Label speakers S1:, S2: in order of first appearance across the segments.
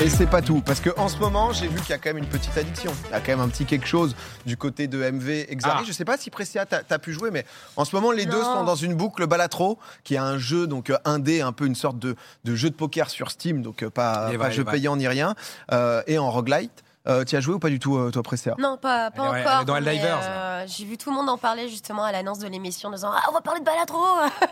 S1: Et c'est pas tout, parce que en ce moment, j'ai vu qu'il y a quand même une petite addiction. Il y a quand même un petit quelque chose du côté de MV Exari.
S2: Ah.
S1: Je sais pas si Prestia, t'as as pu jouer, mais en ce moment, les
S3: Non.
S1: deux sont dans une boucle Balatro, qui est un jeu donc euh, indé, un peu une sorte de, de jeu de poker sur Steam, donc euh, pas,
S2: Il est
S1: pas
S2: vrai, il
S1: jeu
S2: est vrai.
S1: payant ni rien, euh, et en roguelite. Euh, tu as joué ou pas du tout, euh, toi, Prestia
S3: Non, pas, pas
S2: Elle est- elle est
S3: encore.
S2: dans
S3: mais,
S2: Helldivers,
S3: euh, J'ai vu tout le monde en parler justement à l'annonce de l'émission, en disant Ah, on va parler de Balatro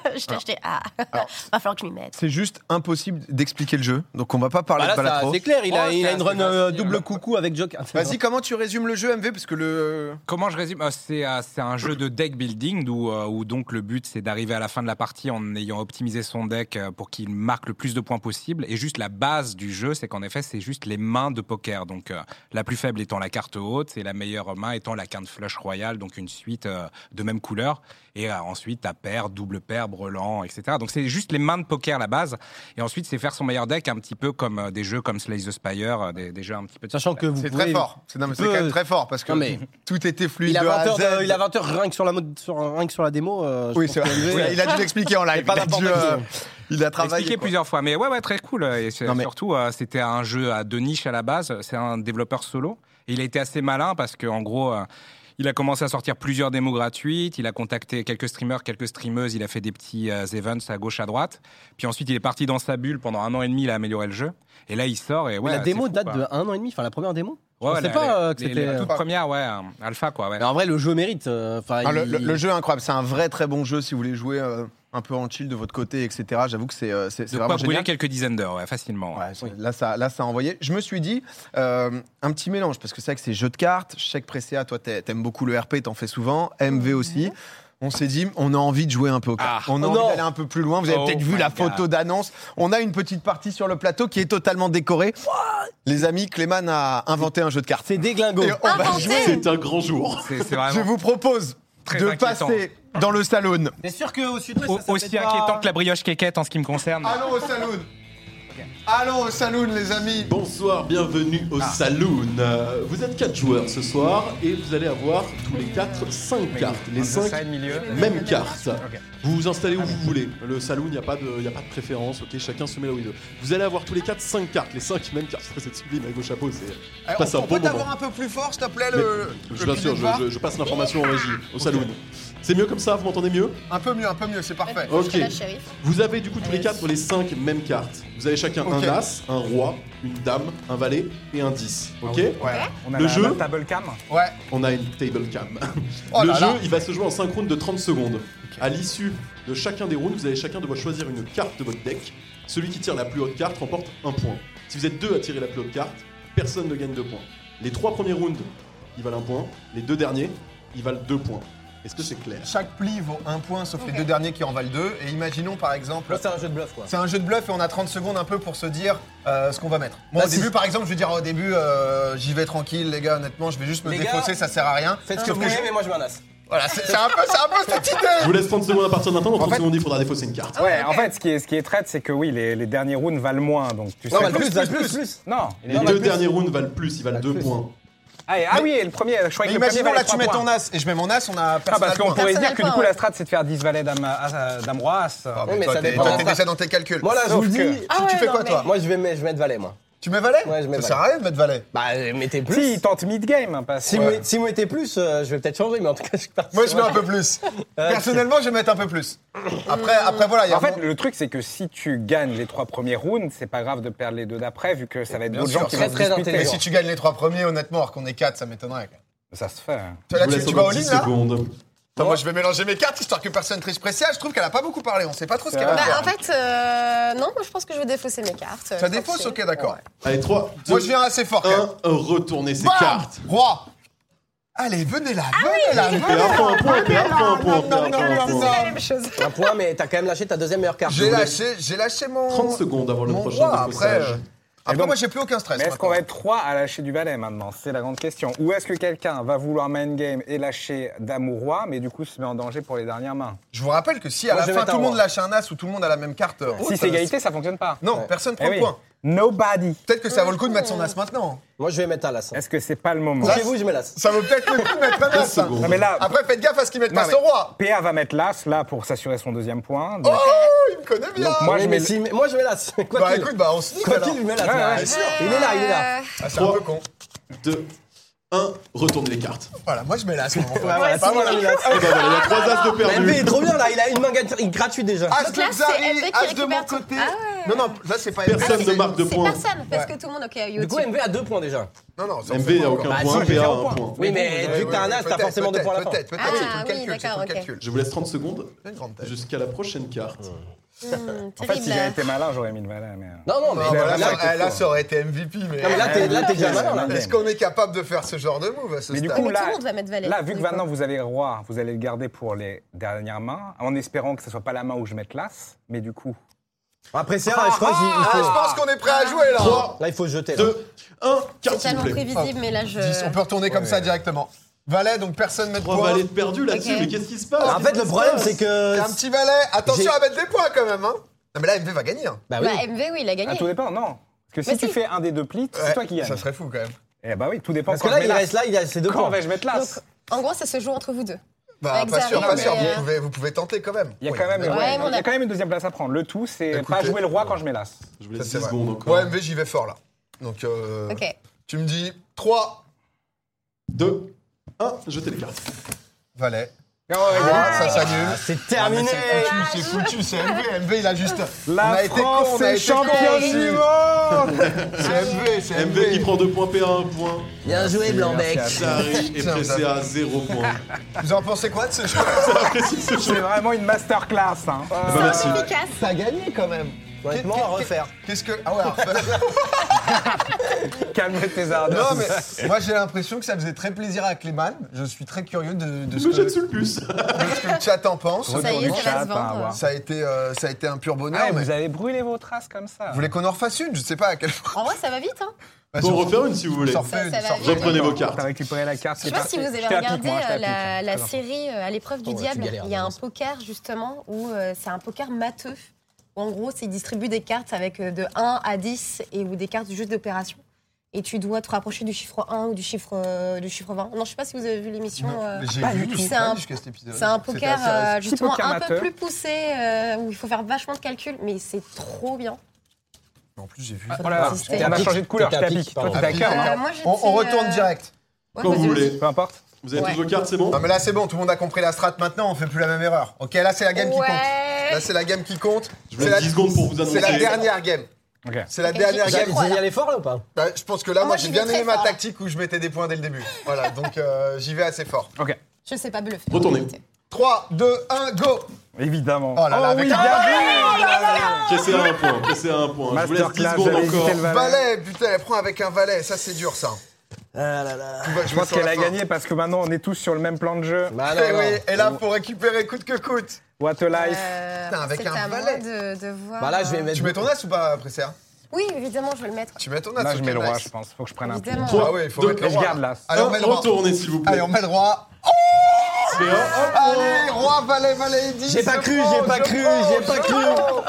S3: Je t'ai acheté. Ah,
S1: Alors.
S3: va falloir que je m'y mette.
S1: C'est juste impossible d'expliquer le jeu, donc on va pas parler
S4: Bah
S1: de
S4: là, ça,
S1: Balatro.
S4: c'est clair, il a,
S2: Ouais,
S4: il a
S2: c'est
S4: une
S2: assez
S4: run euh,
S2: facile.
S4: double coucou avec Joker.
S1: Vas-y, comment tu résumes le jeu MV Parce que le.
S2: Comment je résume Euh, C'est euh, c'est un jeu de deck building où, euh, où donc le but c'est d'arriver à la fin de la partie en ayant optimisé son deck euh, pour qu'il marque le plus de points possible. Et juste la base du jeu, c'est qu'en effet, c'est juste les mains de poker. Donc euh, la plus faible étant la carte haute et la meilleure main étant la quinte flush royale, donc une suite euh, de même couleur. Et euh, ensuite, t'as paire, double paire, brelan, etc. Donc c'est juste les mains de poker la base. Et ensuite, c'est faire son meilleur deck un petit peu comme euh, des jeux comme Slay the Spire, euh, des, des jeux un petit peu de
S4: Sachant que vous
S1: C'est
S4: pouvez-
S1: très fort. C'est non, mais c'est
S4: peux-
S1: quand même très fort parce que
S4: Non, mais-
S1: tout était fluide.
S4: Il a
S1: de A à
S4: 20 heures,
S1: Z.
S4: de- il a 20 heures rien que sur la, mode, sur, rien que sur la démo. euh, je
S1: Oui,
S4: pense
S1: c'est vrai.
S4: qu'il y a une-
S1: Oui, Il a dû l'expliquer en live.
S4: pas
S1: il, a
S4: n'importe
S1: dû, euh,
S4: qui.
S1: il a travaillé.
S2: expliqué
S1: quoi.
S2: plusieurs fois. Mais ouais, ouais, très cool. Et c'est-
S1: Non, mais-
S2: surtout, euh, c'était un jeu à deux niches à la base. C'est un développeur solo. Et il a été assez malin parce que, en gros, euh, il a commencé à sortir plusieurs démos gratuites. Il a contacté quelques streamers, quelques streameuses. Il a fait des petits euh, events à gauche, à droite. Puis ensuite, il est parti dans sa bulle pendant un an et demi. Il a amélioré le jeu. Et là, il sort. Et ouais,
S4: la
S2: c'est
S4: démo
S2: fou,
S4: date
S2: quoi.
S4: de un an et demi, enfin la première démo.
S2: Ouais,
S4: je
S2: ouais, la-
S4: pensais pas,
S2: les-
S4: euh, que
S2: les-
S4: c'était-
S2: les toutes premières, ouais, euh, alpha, quoi. ouais.
S4: Mais en vrai, le jeu mérite. euh, enfin,
S1: Ah, le,
S4: il-
S1: le- le jeu est incroyable. C'est un vrai très bon jeu si vous voulez jouer euh, un peu en chill de votre côté, etc. J'avoue que c'est euh, c'est c'est
S2: De quoi
S1: vraiment génial.
S2: brûler quelques dizaines d'heures, ouais, facilement. ouais.
S1: Ouais, c'est- là, ça, là, ça a envoyé. Je me suis dit, euh, un petit mélange, parce que c'est vrai que c'est jeux de cartes. Je sais que Pressia, toi, t'a- t'aimes beaucoup le RP, t'en fais souvent. MV aussi. On s'est dit, on a envie de jouer un peu au cartes.
S2: Ah,
S1: on a
S4: oh
S1: envie
S4: non.
S1: d'aller un peu plus loin. Vous avez
S2: Oh
S1: peut-être vu
S2: my
S1: la
S2: God.
S1: photo d'annonce. On a une petite partie sur le plateau qui est totalement décorée. Les amis, Clément a inventé un jeu de cartes.
S4: C'est des glingos.
S1: Et on va
S3: Inventé.
S1: jouer.
S5: C'est un grand jour.
S2: C'est c'est
S6: Ah
S1: Je
S2: vraiment
S1: vous propose
S2: Très
S1: de
S2: inquiétant.
S1: passer dans le saloon.
S4: T'es sûr qu'au sud
S2: au- aussi inquiétant que la brioche quéquette en ce qui me concerne.
S1: Allons au saloon. Allons au saloon, les amis.
S5: Bonsoir, bienvenue au Saloon. Euh, Vous êtes quatre joueurs ce soir et vous allez avoir tous les quatre cinq cartes. Les cinq
S2: milieu.
S5: mêmes cartes. Vous vous installez où vous voulez. Le saloon, il n'y a, pas de- y a pas de préférence. Ok, chacun se met là où il veut. Vous allez avoir tous les quatre cinq cartes. Les cinq mêmes cartes. C'est sublime avec vos chapeaux. C'est je
S1: Eh,
S5: passe un bon moment.
S1: un peu plus fort, s'il te plaît,
S5: Mais- Je, bien sûr, je, je- je passe l'information en régie, au saloon. C'est mieux comme ça, vous m'entendez mieux
S1: Un peu mieux, un peu mieux, c'est parfait.
S5: Ok.
S3: Je la shérif.
S5: Vous avez du coup tous les quatre les cinq mêmes cartes. Vous avez chacun
S1: Ok.
S5: un as, un roi, une dame, un valet et un 10. Ok
S1: Ouais.
S2: On a
S5: Le
S2: la-
S5: jeu
S2: la table cam.
S1: Ouais.
S5: On a une table cam.
S1: Oh
S5: le
S1: là
S5: jeu,
S1: là.
S5: il va se jouer en 5 rounds de 30 secondes. À l'issue de chacun des rounds, vous allez chacun devoir choisir une carte de votre deck. Celui qui tire la plus haute carte remporte un point. Si vous êtes deux à tirer la plus haute carte, personne ne gagne deux points. Les trois premiers rounds, ils valent un point. Les deux derniers, ils valent deux points. Est-ce que c'est clair
S1: Chaque pli vaut un point, sauf les deux derniers qui en valent deux. Et imaginons, par exemple,
S4: C'est un jeu de bluff quoi.
S1: c'est un jeu de bluff et on a 30 secondes un peu pour se dire euh, ce qu'on va mettre. Moi,
S4: Bah,
S1: au
S4: si-
S1: début, par exemple, je vais dire oh, au début, euh, j'y vais tranquille, les gars, honnêtement, je vais juste me
S4: Les gars,
S1: défausser, ça sert à rien.
S4: Faites ce que
S2: Ah,
S1: Sauf
S4: vous
S1: que je-
S4: voulez, mais moi je menace.
S1: Voilà, c'est c'est un, peu- c'est un peu cette idée.
S5: Je vous laisse 30 secondes à partir de maintenant. Dans 30
S1: fait-
S5: secondes, il faudra défausser une carte.
S2: Ouais, en fait, ce qui est, ce qui est traite, c'est que oui, les, les derniers rounds valent moins, donc tu sais.
S4: valent plus, valent plus, plus.
S2: Non, il est-
S5: Les deux derniers rounds valent plus, ils valent deux points.
S2: Ah, et- ah oui, et le premier, je croyais
S1: Mais
S2: que le premier
S1: imaginons,
S2: valait
S1: là, tu
S2: trois
S1: mets
S2: points.
S1: ton as et je mets mon as, on a
S2: Ah,
S1: personne à
S2: parce qu'on
S1: point.
S2: pourrait
S3: Personne
S2: dire
S3: à
S2: que
S3: le
S2: du coup,
S3: point.
S2: la strat, c'est de faire 10 valets dame,
S6: euh,
S2: as- dame roi. as.
S1: Ah,
S4: Oui, mais
S1: toi,
S4: ça
S1: t'es-
S4: dépend.
S1: toi, t'es déjà dans tes calculs.
S4: Moi, là, je
S1: Sauf
S4: vous le
S1: que-
S4: dis.
S1: Tu,
S3: Ah
S1: tu
S3: ouais,
S1: fais
S3: non,
S1: quoi,
S3: mais-
S1: toi
S4: Moi je vais mettre, je vais mettre valet moi.
S1: Tu mets valet
S4: Ouais, je mets
S1: Ça
S4: valet.
S1: sert à rien de mettre valet.
S4: Bah euh, mettez plus.
S2: Si, il tente mid-game. Parce...
S4: Si, vous, mettez- si vous mettez plus, euh, je vais peut-être changer, mais en tout cas je suis parti.
S1: Moi, je
S4: sur
S1: mets un
S4: valet.
S1: peu plus. Personnellement, je vais mettre un peu plus. Après, après voilà, il y a
S6: En
S1: un
S6: fait,
S1: moment-
S6: le truc, c'est que si tu gagnes les trois premiers rounds, c'est pas grave de perdre les deux d'après, vu que ça va être
S1: Bien
S6: d'autres
S1: sûr,
S6: gens qui
S1: très,
S6: vont se
S4: très
S6: disputer.
S1: mais
S4: intelligent.
S1: si tu gagnes les trois premiers, honnêtement, alors qu'on est quatre, ça m'étonnerait. quoi.
S6: Ça se fait. hein.
S1: Toi, là,
S5: Je vous
S1: tu,
S5: laisse
S1: tu vas
S5: encore
S1: au
S5: 10
S1: lit, là
S5: secondes.
S1: Attends, Moi, je vais mélanger mes cartes histoire que personne triche Pressia. Je trouve qu'elle a pas beaucoup parlé. On sait pas trop ce qu'elle va
S3: Bah,
S1: faire.
S3: en fait, euh, non, moi, je pense que je vais défausser mes cartes.
S1: Ça défausse, ok, d'accord.
S5: Allez, 3, 2,
S1: Moi, je viens assez fort. quand même.
S5: 1, retournez ces
S1: Bam
S5: cartes.
S1: Roi. Allez, venez là, venez là, venez
S5: PA
S1: là.
S5: prend un point, PA prend un point, PA
S1: non,
S5: prend
S1: non,
S5: un
S1: non,
S5: point.
S3: la même chose.
S4: Un point, mais t'as quand même lâché ta deuxième meilleure carte.
S1: J'ai
S4: Je vous
S1: lâché, j'ai lâché mon.
S5: 30 secondes avant le
S1: mon
S5: prochain
S1: roi, Après,
S5: défaussage.
S1: euh, après, moi, j'ai plus aucun stress.
S6: Mais est-ce qu'on
S1: maintenant.
S6: va être trois à lâcher du valet maintenant C'est la grande question. Ou est-ce que quelqu'un va vouloir main game et lâcher dame ou roi, mais du coup se met en danger pour les dernières mains
S1: Je vous rappelle que si à
S4: Moi,
S1: la
S4: je vais
S1: fin
S4: mettre
S1: tout le
S4: un
S1: monde
S4: roi.
S1: lâche un as ou tout le monde a la même carte. euh,
S6: Si
S1: haute,
S6: c'est
S1: euh,
S6: égalité, ça fonctionne pas.
S1: Non, personne prend
S6: Eh
S1: le
S6: oui.
S1: point.
S6: Nobody.
S1: Peut-être que ça vaut le coup de mettre son as maintenant.
S4: Moi je vais mettre un las.
S6: Est-ce que c'est pas le moment
S4: Couchez-vous, je mets las.
S1: Ça vaut peut-être le coup de mettre un as. hein.
S5: secondes.
S6: Non, mais là,
S1: Après, faites gaffe à ce qu'ils mettent
S6: Non,
S1: pas
S6: mais-
S1: son roi.
S6: PA va mettre l'as là pour s'assurer son deuxième point.
S1: Oh, il connais bien.
S6: Donc, moi,
S4: Oui,
S6: je
S4: mais
S6: mets
S4: si- moi, je mets la. Quoi
S1: bah
S4: qu'il-
S1: écoute, bah on se nique
S4: quoi
S1: alors.
S4: qu'il, je mets
S6: Ouais,
S4: la.
S6: ouais.
S4: Bien sûr. Il est là, il est là.
S1: Ah, c'est un
S5: Trois.
S1: peu con.
S5: 2, 1, retourne les cartes.
S1: Voilà, moi je mets là à ce moment.
S4: Ouais, ouais,
S1: Pas
S4: si,
S1: moi,
S4: il
S1: là.
S4: est là.
S5: Eh ben voilà, il y a 3
S3: Ah,
S5: as de
S4: Mais il est
S5: perdu.
S4: trop bien là, il a une main gra- gratuite déjà.
S1: As
S3: Donc
S1: de
S3: là, c'est
S1: Xari,
S3: MV qui
S1: As de mon
S3: récupère tout.
S1: côté.
S3: Ah ouais.
S1: Non, non, là c'est pas
S5: Personne
S1: MV,
S5: ne
S1: c'est-
S5: marque de
S3: C'est
S5: points.
S3: personne, parce que tout le monde, ok,
S4: Du coup,
S3: Yoti.
S4: MV a deux points déjà.
S1: Non, non, ça, on
S5: MV
S1: fait
S5: n'a
S1: pas
S5: aucun
S1: encore.
S4: Bah,
S5: point,
S4: si, j'ai
S5: PA
S4: un
S5: un
S4: point.
S5: point.
S4: Oui, mais
S1: Ouais,
S4: vu
S1: ouais,
S4: que t'as un as, t'as
S1: peut-être,
S4: forcément deux
S1: peut-être,
S4: points à la fin.
S1: Peut-être, peut-être,
S3: Ah,
S1: c'est tout le
S3: oui,
S1: calcul, c'est tout
S3: d'accord,
S1: le
S3: ok.
S1: calcul.
S5: Je vous laisse 30 secondes
S1: J'ai une grande tête.
S5: jusqu'à la prochaine carte.
S3: Hmm,
S6: En fait, si
S3: Terrible.
S6: j'avais été malin, j'aurais mis le malin. Mais... euh,
S4: Non, non,
S1: Non,
S4: mais
S1: bah, là,
S4: là,
S1: ça-
S4: là,
S1: eh, là, ça aurait été MVP, mais.
S4: Non, mais là, t'es- là, t'es déjà malin, là.
S1: Est-ce qu'on est capable de faire ce genre de move à ce
S6: Mais du
S1: stade
S6: coup,
S3: Mais
S6: là-
S3: tout le monde va mettre Valet.
S6: Là, vu que
S3: du coup.
S6: maintenant vous avez roi, vous allez le garder pour les dernières mains, en espérant que ce soit pas la main où je mette l'as. Mais du coup,
S4: Après, c'est vrai, je crois qu'il il
S1: Ah,
S4: faut.
S1: je pense qu'on est prêt à jouer là.
S5: 3,
S4: Là, il faut jeter. là.
S5: 2, 1,
S3: C'est
S5: carte s'il
S3: tellement
S5: vous plaît.
S3: prévisible, mais là, je.
S6: Euh,
S1: Dix, on peut retourner comme ça directement. Valet, donc personne met de
S5: 3
S1: points.
S5: valets de perdu là-dessus,
S3: Ok.
S5: mais qu'est-ce qui se passe
S4: En fait, le problème, c'est que.
S1: Et Un petit valet. Attention
S4: J'ai-
S1: à mettre des points quand même. Hein. Non, mais là, MV va gagner. hein.
S4: Bah oui.
S3: Bah, MV, oui, il a
S6: à Ah, tout
S3: gagné.
S6: dépend, non. Parce que si
S3: Mais
S6: tu
S3: si.
S6: fais un des deux plis, c'est
S1: Ouais,
S6: toi qui
S1: Ça
S6: gagne.
S1: serait fou quand même.
S6: Eh bah oui, tout dépend.
S4: Parce que
S6: quand
S4: là,
S6: je mets
S4: il
S6: l'as.
S4: reste là, il a ses deux
S6: Quand
S4: points.
S6: vais-je mettre l'as
S3: En gros, ça se joue entre vous deux.
S1: Bah,
S3: Avec
S1: pas sûr,
S3: Xari,
S1: pas
S3: mais,
S1: sûr.
S3: euh,
S1: Vous pouvez, vous pouvez tenter quand même.
S6: Il y a quand même,
S3: Ouais,
S6: ouais,
S3: mais on
S6: il y a
S3: a-
S6: quand même une deuxième place à prendre. Le tout, c'est pas
S1: Écoutez.
S6: jouer le roi quand je mets l'as.
S5: Je vous laisse
S1: Ça,
S5: 10
S1: c'est vrai.
S5: secondes encore.
S1: Ouais, MV, j'y vais fort là. Donc, euh,
S3: Ok.
S1: tu me dis 3
S5: 2, 1, jetez les cartes.
S1: valets.
S6: Ah,
S1: ça
S4: Ah,
S1: s'annule.
S4: C'est
S1: Ah, mais
S4: terminé.
S1: C'est foutu, c'est foutu, c'est MV. MV, il a juste. on a
S6: La
S1: été con,
S6: France
S1: on a
S6: est
S1: été con
S6: championne
S1: aussi.
S6: du monde
S1: C'est MV, c'est
S5: MV qui
S1: MV.
S5: prend 2 points, PA 1 point.
S4: Bien joué, Blanbec.
S6: merci
S5: Sari et
S1: Putain,
S5: pressé à 0 point.
S1: Vous en pensez quoi de ce jeu
S5: Apprécie ce
S6: C'est
S5: jeu.
S6: vraiment une masterclass. Hein.
S5: Bah, merci.
S3: Efficace.
S1: T'as gagné quand même.
S4: Honnêtement, à refaire.
S1: Qu'est-ce que. Ah ouais, alors,
S6: Calme tes ardeurs.
S1: Non, mais moi j'ai l'impression que ça faisait très plaisir à Clément. Je suis très curieux de, de ce,
S5: Me
S1: que,
S5: jette
S1: de
S5: sous le bus.
S1: ce que le chat en pense.
S3: Ça y est,
S6: Retour du
S3: ça va
S6: chat,
S3: se vendre.
S6: hein, à voir.
S1: Ça a été, euh, ça a été un pur bonheur.
S6: Ah, et
S1: mais
S6: vous avez brûlé vos traces comme ça.
S1: Vous voulez qu'on en refasse une Je sais pas à quel point.
S3: En vrai, ça va vite, hein.
S5: Bon, on refaire une si vous voulez.
S1: J'en fais
S3: Ça-
S1: une,
S3: ça va
S1: j'en
S3: vite.
S1: fais une.
S5: Reprenez vos
S6: T'as
S5: cartes.
S6: récupéré la carte.
S3: Je sais pas si vous avez regardé euh,
S6: hein.
S3: la, la série euh, à l'épreuve du
S4: Oh, ouais, tu
S3: diable.
S4: galères,
S3: Il y a un
S4: Lorenzo.
S3: poker justement où euh, c'est un poker matheux. Où en gros, c'est- ils distribuent des cartes avec euh, de 1 à 10 et ou des cartes juste d'opération. Et tu dois te rapprocher du chiffre 1 ou du chiffre, euh, du chiffre 20. Non, je sais pas si vous avez vu l'émission. euh,
S1: J'ai
S6: pas
S1: vu
S6: du
S1: tout
S6: tout.
S1: pas
S3: C'est un-
S1: jusqu'à cet épisode.
S3: c'est un
S1: C'était
S3: poker
S1: assez
S3: euh,
S1: récent.
S3: justement
S6: Poker
S3: un peu
S6: amateur.
S3: plus poussé euh, où il faut faire vachement de calculs, mais c'est trop bien. euh,
S1: En plus, j'ai vu.
S6: On a
S3: C'était-
S6: changé de couleur, je
S4: C'était à pic,
S6: t'applique. Toi, tu
S1: pardon.
S6: Ah, d'accord,
S3: Euh,
S6: hein
S3: moi, j'ai
S1: On, on
S3: dit,
S1: retourne
S3: euh,
S1: direct.
S3: ouais,
S5: Quand
S3: vas-y,
S5: vous
S3: vas-y.
S5: voulez.
S6: Peu importe.
S5: Vous avez
S3: Ouais.
S5: toutes vos cartes, c'est bon
S1: Non mais là c'est bon, tout le monde a compris la strat maintenant, on fait plus la même erreur. Ok, là c'est la game qui compte.
S3: Ouais.
S1: Là c'est la game qui compte.
S5: Je vous
S1: C'est
S5: laisse
S1: la,
S5: 10 secondes pour vous
S1: c'est la
S5: annoncer.
S1: dernière game.
S6: Ok.
S1: C'est la
S3: Ok,
S1: dernière
S3: j'ai-
S1: game.
S3: j'ai-
S4: Vous y allez fort là ou pas
S1: Bah, je pense que là,
S3: Ah,
S1: moi,
S3: moi,
S1: j'ai
S3: j'y
S1: bien
S3: vais très
S1: aimé ma
S3: fort, là.
S1: tactique où je mettais des points dès le début. Voilà, donc euh, j'y vais assez fort.
S6: Ok.
S3: Je sais pas bluffer.
S5: Retournez.
S3: en vérité.
S1: 3, 2, 1, go
S6: Évidemment.
S1: Oh là là, avec
S6: oui,
S1: un-
S6: bien vu
S5: Pressé à 1 point. Pressé à 1 point. Je vous laisse 10
S6: Masterclass,
S5: secondes
S6: j'avais hésité le
S5: encore.
S6: valet.
S1: Valet, putain, elle prend avec un valet, ça c'est dur ça.
S4: Ah là là.
S1: Tout va
S6: Je
S1: jouer
S6: pense
S1: sur
S6: qu'elle
S1: la
S6: a
S1: fin.
S6: gagné Ah parce que maintenant on est tous sur le même plan de jeu.
S4: Bah
S1: Eh
S4: non,
S1: oui,
S4: non.
S1: et là, faut récupérer coûte que coûte.
S6: What a life.
S3: Euh,
S1: Putain, avec
S3: c'était
S1: un
S3: à moi
S1: valet.
S3: de, de voir. euh,
S4: Bah là, je vais mettre.
S1: Tu mets ton as ou pas, Presser
S3: Oui, évidemment, je vais le mettre.
S1: Tu mets ton as
S6: Là,
S1: ok,
S6: je mets le roi,
S1: nice.
S6: je pense. Faut que je prenne un
S3: Évidemment.
S6: tour.
S1: Ah oui, il faut
S5: Deux.
S1: mettre le
S6: Et je
S1: roi.
S6: garde l'as.
S1: Allez, on met le roi.
S5: Retournez s'il vous plaît.
S1: Allez, on met le roi.
S5: PA, hop.
S1: Allez, roi, valet, valet, 10.
S4: J'ai pas
S1: je
S4: cru,
S1: prends,
S4: j'ai pas
S1: je
S4: cru,
S1: prends,
S4: j'ai pas
S1: je
S4: cru.
S1: prends.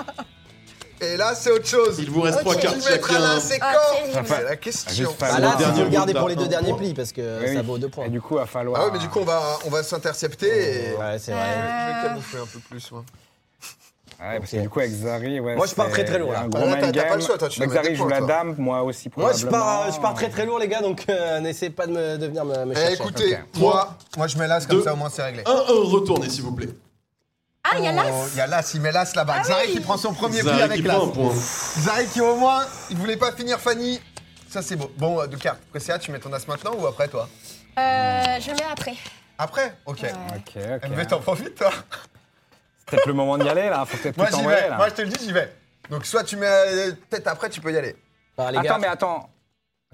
S1: Et là, c'est autre chose.
S5: Il vous reste 3
S3: Ok,
S5: cartes
S1: Qui mettra
S5: chacun.
S1: là, c'est
S3: Ah,
S1: quand
S3: terrible.
S1: C'est la question.
S6: Juste pas
S4: Bah
S6: le
S4: là,
S6: roi.
S4: si
S5: dernier
S4: vous regardez
S5: round,
S4: pour les
S5: un
S4: deux derniers
S5: point.
S4: plis parce que
S6: Eh oui.
S4: ça vaut deux points.
S6: Et du coup, il va falloir.
S1: Ah oui, mais du coup, on va, on va s'intercepter et.
S4: Ouais, c'est vrai.
S1: Je vais camoufler un peu plus. moi.
S6: Ouais, parce que du coup, avec Zari, ouais.
S4: Moi, je pars
S6: c'est-
S4: très, très lourd,
S6: il
S4: là.
S6: y a un
S1: Ah,
S6: gros
S1: là, t'as-
S6: mind
S1: t'as pas le
S6: game.
S1: choix, toi, tu
S6: Donc,
S1: dois mettre
S6: Zari
S1: des
S6: joue
S1: points,
S6: la
S1: toi.
S6: dame, moi aussi.
S4: Moi, je pars,
S6: probablement.
S4: euh, je pars très très lourd, les gars, donc euh, n'essayez pas de, me, de venir me, me
S1: Eh,
S4: chercher. hein.
S1: écoutez,
S6: Ok.
S1: moi, moi je mets l'as comme
S5: Deux.
S1: ça au moins c'est réglé.
S5: 1, 1, retournez s'il vous plaît.
S3: Ah, Oh, il y a l'as Ah
S1: Oh, Il y a l'as, il met l'as là-bas. Zary qui prend son premier prix
S5: Zari qui
S1: avec l'as.
S5: prend un point.
S1: Zary qui au moins, il voulait pas finir Fanny. Ça c'est beau. Bon, euh, deux cartes. Pressia, tu mets ton as maintenant ou après toi
S4: Oh.
S3: Euh, Je le mets après.
S1: Après Ok.
S6: Ok, ok.
S1: MV, t'en profites toi
S6: C'est peut-être le moment d'y aller, là. Faut peut-être
S1: Moi
S6: tout
S1: j'y
S6: envoyer,
S1: vais.
S6: là.
S1: Moi je te le dis, j'y vais. Donc soit tu mets euh, peut-être après, tu peux y aller.
S4: Enfin, les
S6: Attends, mais
S4: gars,
S6: attends.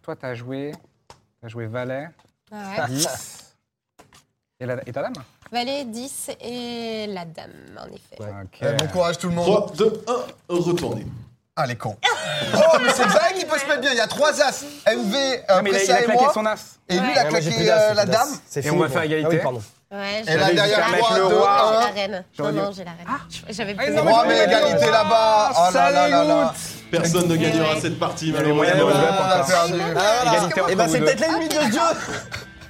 S6: Toi, t'as joué. T'as joué valet,
S4: Ah.
S3: Ouais.
S6: 10. Et, la- et ta dame
S3: Valet, 10 Bah, et la dame, en effet.
S6: Ok.
S1: Eh, bon courage tout le monde.
S5: 3, 2, 1, retournez.
S1: Ah les cons. oh mais c'est Zary qui peut se mettre bien. Il y a trois as. MV, euh,
S6: Non, mais il a, il a
S1: Pressia et
S6: claqué
S1: moi.
S6: son as.
S1: Et lui il
S3: Ouais,
S1: a
S4: ouais, moi, j'ai plus
S1: claqué
S4: d'as,
S1: euh,
S4: j'ai
S1: la
S4: plus
S1: dame.
S4: d'as. C'est
S6: Et
S4: fini,
S6: on va
S4: quoi.
S6: faire égalité.
S4: Ah oui, pardon.
S3: Ouais,
S1: Et là
S6: dû
S1: derrière
S6: mettre
S1: moi,
S6: le
S1: deux,
S6: roi.
S1: un.
S3: j'ai la reine. Non,
S6: J'aurais
S3: non,
S6: dû-
S3: j'ai la reine. J'avais
S6: Eh
S3: plus
S6: non,
S3: de-
S6: mais
S1: Roi,
S6: j'aurais
S1: mais
S6: dû-
S1: égalité là-bas. Oh là là là là.
S5: Personne ne gagnera
S3: ouais.
S5: cette partie
S6: Il y a les moyens
S5: malheureusement.
S6: de
S1: Ah,
S6: jouer pour
S1: on a
S6: ça.
S1: perdu.
S4: Ah, voilà.
S6: Égalité entre
S4: Eh ben,
S6: vous
S4: c'est
S6: deux. Ah,
S4: peut-être la limite de ce jeu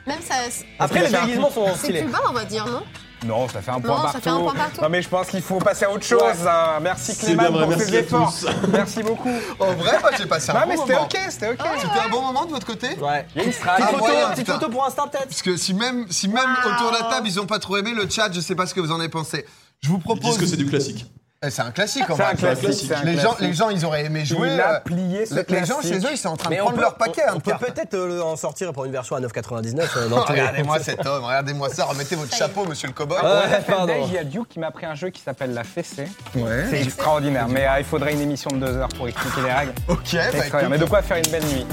S3: Même ça, c'est
S4: Après, les
S6: qu'il y a un
S4: déguisements sont
S3: c'est
S4: stylés.
S3: plus bas, on va dire, non
S6: Non, ça fait un point
S3: Non,
S6: partout.
S3: ça fait un point partout.
S6: Non, mais je pense qu'il faut passer à autre chose. hein. Merci
S5: C'est
S6: Clément
S5: bien vrai,
S6: pour
S5: merci
S6: tes
S5: à
S6: efforts.
S5: tous.
S6: Merci beaucoup. Non,
S1: En vrai, moi, j'ai passé un bon
S6: mais c'était
S1: moment. Ah,
S6: ok, c'était ok.
S1: C'était un bon moment de votre côté
S4: Ouais.
S6: Il y a une strat.
S1: Ah,
S4: Petite photo,
S1: ouais,
S4: petite
S1: putain.
S4: photo pour Insta peut-être
S1: Parce que si même, si même autour de la table, ils n'ont pas trop aimé le chat, je sais pas ce que vous en avez pensé. Je vous
S5: Ils disent
S1: propose.
S5: que c'est du classique.
S1: Eh, C'est un classique en
S6: C'est un
S1: vrai.
S6: classique.
S5: classique.
S6: c'est un
S1: Les gens,
S6: classique.
S1: les gens, ils auraient aimé jouer.
S6: Il a
S1: euh,
S6: plié ce
S1: les les gens chez
S6: classique.
S1: eux, ils sont en train de
S4: Mais
S1: prendre leur paquet. hein,
S4: on,
S1: de
S4: on peut
S1: cartes.
S4: peut-être euh, en sortir pour une version à 9,99. euh, dans
S1: Oh,
S4: tous les-
S1: Regardez-moi cet homme, regardez-moi ça. Remettez votre chapeau, monsieur le cowboy.
S4: Ouais.
S6: Au FFD,
S4: pardon.
S6: Il y a Duke qui m'a pris un jeu qui s'appelle la fessée.
S1: Ouais.
S6: C'est extraordinaire, mais euh, il faudrait une émission de deux heures pour expliquer les règles.
S1: Ok,
S6: C'est
S1: bah,
S6: extraordinaire. Mais de quoi faire une belle nuit.